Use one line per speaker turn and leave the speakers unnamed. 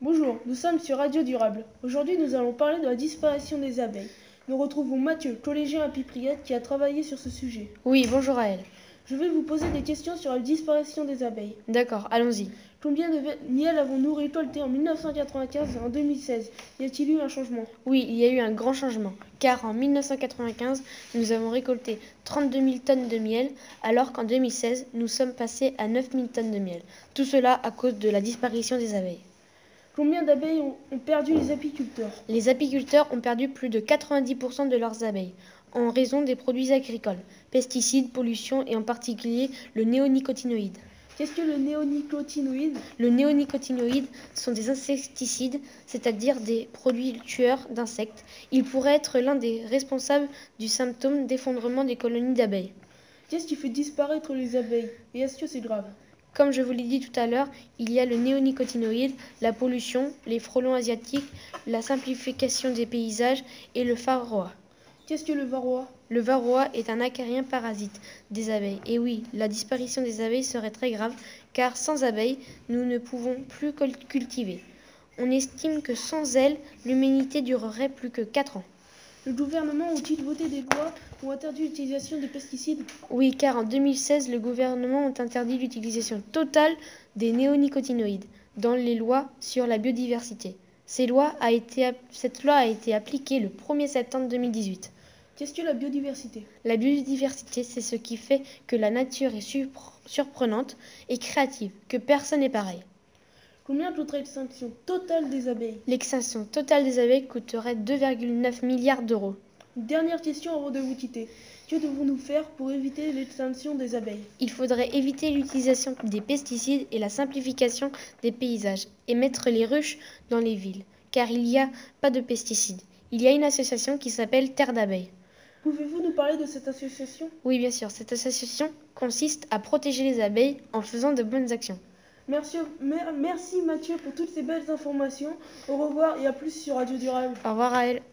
Bonjour, nous sommes sur Radio Durable. Aujourd'hui, nous allons parler de la disparition des abeilles. Nous retrouvons Mathieu, collégien à Pipriette, qui a travaillé sur ce sujet.
Oui, bonjour à elle.
Je vais vous poser des questions sur la disparition des abeilles.
D'accord, allons-y.
Combien de ve- miel avons-nous récolté en 1995 et en 2016 Y a-t-il eu un changement
Oui, il y a eu un grand changement, car en 1995, nous avons récolté 32 000 tonnes de miel, alors qu'en 2016, nous sommes passés à 9 000 tonnes de miel. Tout cela à cause de la disparition des abeilles.
Combien d'abeilles ont, ont perdu les apiculteurs
Les apiculteurs ont perdu plus de 90% de leurs abeilles, en raison des produits agricoles, pesticides, pollution et en particulier le néonicotinoïde.
Qu'est-ce que le néonicotinoïde
Le néonicotinoïde sont des insecticides, c'est-à-dire des produits tueurs d'insectes. Il pourrait être l'un des responsables du symptôme d'effondrement des colonies d'abeilles.
Qu'est-ce qui fait disparaître les abeilles Et est-ce que c'est grave
Comme je vous l'ai dit tout à l'heure, il y a le néonicotinoïde, la pollution, les frelons asiatiques, la simplification des paysages et le varroa.
Qu'est-ce que le varroa
Le varroa est un acharien parasite des abeilles. Et oui, la disparition des abeilles serait très grave, car sans abeilles, nous ne pouvons plus col- cultiver. On estime que sans elles, l'humanité durerait plus que 4 ans.
Le gouvernement ont-ils voté des lois pour interdire l'utilisation des pesticides
Oui, car en 2016, le gouvernement a interdit l'utilisation totale des néonicotinoïdes dans les lois sur la biodiversité. Ces lois a été app- cette loi a été appliquée le 1er septembre 2018.
Qu'est-ce que la biodiversité
La biodiversité, c'est ce qui fait que la nature est surpre- surprenante et créative, que personne n'est pareil.
Combien coûterait l'extinction totale des abeilles
L'extinction totale des abeilles coûterait 2,9 milliards d'euros.
Une dernière question avant de vous quitter. Que devons-nous faire pour éviter l'extinction des abeilles
Il faudrait éviter l'utilisation des pesticides et la simplification des paysages et mettre les ruches dans les villes, car il n'y a pas de pesticides. Il y a une association qui s'appelle Terre d'abeilles.
Pouvez-vous nous parler de cette association
Oui, bien sûr, cette association consiste à protéger les abeilles en faisant de bonnes actions.
Merci, mer- merci Mathieu pour toutes ces belles informations. Au revoir et à plus sur Radio Durable.
Au revoir à elle.